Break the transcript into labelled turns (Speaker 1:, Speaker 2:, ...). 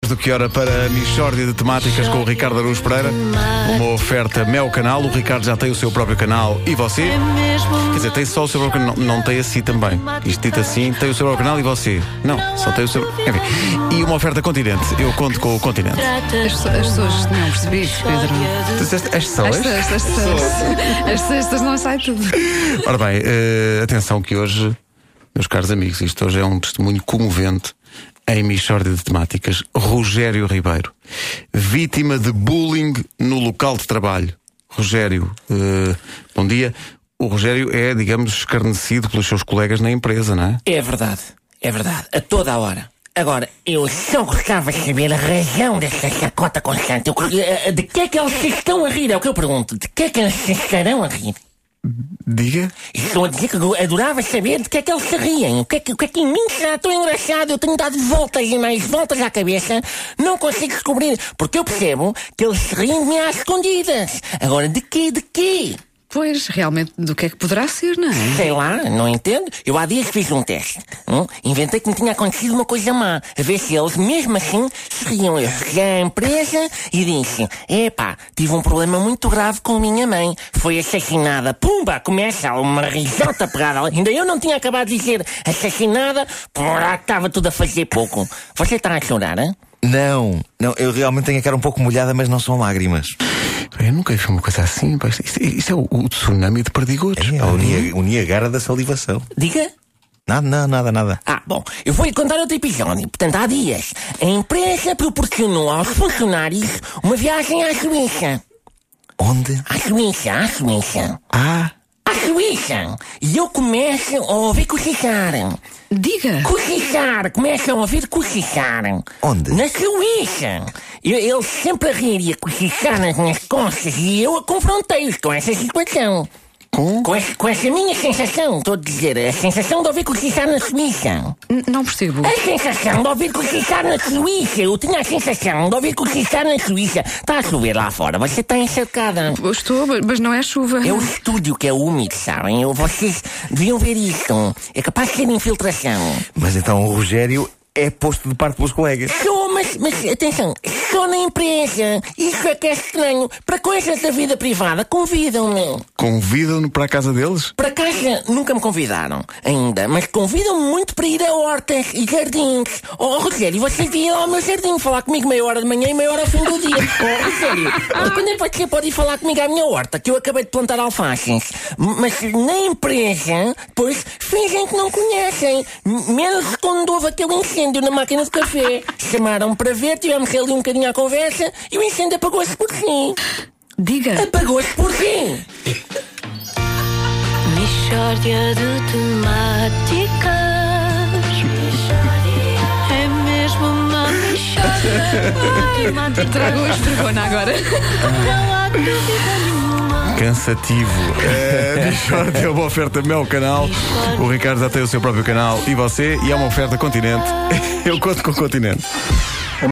Speaker 1: mais do que hora para a Michórdia de Temáticas com o Ricardo Araújo Pereira. Uma oferta Mel Canal. O Ricardo já tem o seu próprio canal e você? Quer dizer, tem só o seu próprio canal. Não, não tem assim também. Isto dito assim, tem o seu próprio canal e você? Não, só tem o seu. Enfim. E uma oferta Continente. Eu conto com o Continente.
Speaker 2: As, pessoas- as pessoas não percebido, Pedro.
Speaker 1: Tu disseste as
Speaker 2: As
Speaker 1: pessoas?
Speaker 2: sextas, as sextas. As sextas não sai tudo.
Speaker 1: Ora bem, eh, atenção que hoje, meus caros amigos, isto hoje é um testemunho comovente em Michórdia de Temáticas. Rogério Ribeiro, vítima de bullying no local de trabalho. Rogério, eh, bom dia. O Rogério é, digamos, escarnecido pelos seus colegas na empresa, não é?
Speaker 3: É verdade, é verdade, a toda a hora. Agora, eu só gostava de saber a razão dessa chacota constante. Eu, eh, de que é que eles se estão a rir? É o que eu pergunto. De que é que eles se estarão a rir?
Speaker 1: Diga.
Speaker 3: Estou a dizer que eu adorava saber de que é que eles se riem. O que é que, o que, é que em mim já estou engraxado? Eu tenho dado voltas e mais voltas à cabeça. Não consigo descobrir. Porque eu percebo que eles se riem de mim às escondidas. Agora, de quê? De quê?
Speaker 2: Pois, realmente, do que é que poderá ser, não é?
Speaker 3: Sei lá, não entendo. Eu há dias fiz um teste. Hum? Inventei que me tinha acontecido uma coisa má. A ver se eles, mesmo assim, se riam. Eu cheguei à empresa e disse: Epá, tive um problema muito grave com a minha mãe. Foi assassinada. Pumba! Começa uma risota pegada. Ainda eu não tinha acabado de dizer assassinada. Porra, estava tudo a fazer pouco. Você está a chorar, hein?
Speaker 4: Não, não, eu realmente tenho a cara um pouco molhada, mas não são lágrimas.
Speaker 1: Eu nunca vi uma coisa assim. pá. Isto, isto- isto é o, o tsunami de perdigotos.
Speaker 4: É o, nia, o niagara da salivação.
Speaker 3: Diga?
Speaker 4: Nada, nada, nada, nada.
Speaker 3: Ah, bom, eu vou lhe contar outro episódio. Portanto, há dias, a empresa proporcionou aos funcionários uma viagem à Suíça.
Speaker 4: Onde?
Speaker 3: À Suíça, à Suíça.
Speaker 4: Ah,
Speaker 3: À Suíça! E eu começo a ouvir cochichar.
Speaker 2: Diga!
Speaker 3: Cochichar! Começo a ouvir cochichar.
Speaker 4: Onde?
Speaker 3: Na Suíça! Eu, eles sempre a rir e a cochichar nas minhas costas e eu a confrontei-os com essa situação.
Speaker 1: Com?
Speaker 3: Com, esse- com essa minha sensação, estou a dizer, a sensação de ouvir cochichar na Suíça.
Speaker 2: N- Não percebo.
Speaker 3: A sensação de ouvir cochichar na Suíça. Eu tinha a sensação de ouvir cochichar na Suíça. Está a chover lá fora, você está encharcada.
Speaker 2: Eu Estou, mas- mas não é chuva.
Speaker 3: É o estúdio que é úmido, sabem? Eu- Vocês deviam ver isso. É capaz de ser infiltração.
Speaker 4: mas então o Rogério é posto de parte pelos colegas.
Speaker 3: Só, mas, mas atenção, só na empresa. Isso é que é estranho. Para coisas da vida privada, convidam-me.
Speaker 1: Convidam-no para a casa deles?
Speaker 3: Para casa nunca me convidaram ainda, mas convidam-me muito para ir a hortas e jardins. Oh, Rogério, você via lá ao meu jardim falar comigo meia hora de manhã e meia hora ao fim do dia. Oh, Rogério, quando é que você pode ir falar comigo à minha horta, que eu acabei de plantar alfaces? M- Mas na empresa, pois, fingem que não conhecem. M- Menos quando houve aquele incêndio na máquina de café. Chamaram para ver, tivemos ali um bocadinho à conversa e o incêndio apagou-se por fim.
Speaker 2: Diga!
Speaker 3: Apagou-se por fim.
Speaker 5: Mishória de temáticas É mesmo uma mishória de
Speaker 2: Trago a esfregona agora.
Speaker 5: Não há dúvida nenhuma
Speaker 1: Cansativo. É, Michórdia é uma oferta meu canal. O Ricardo já tem o seu próprio canal e você, e é uma oferta continente. Eu conto com o continente.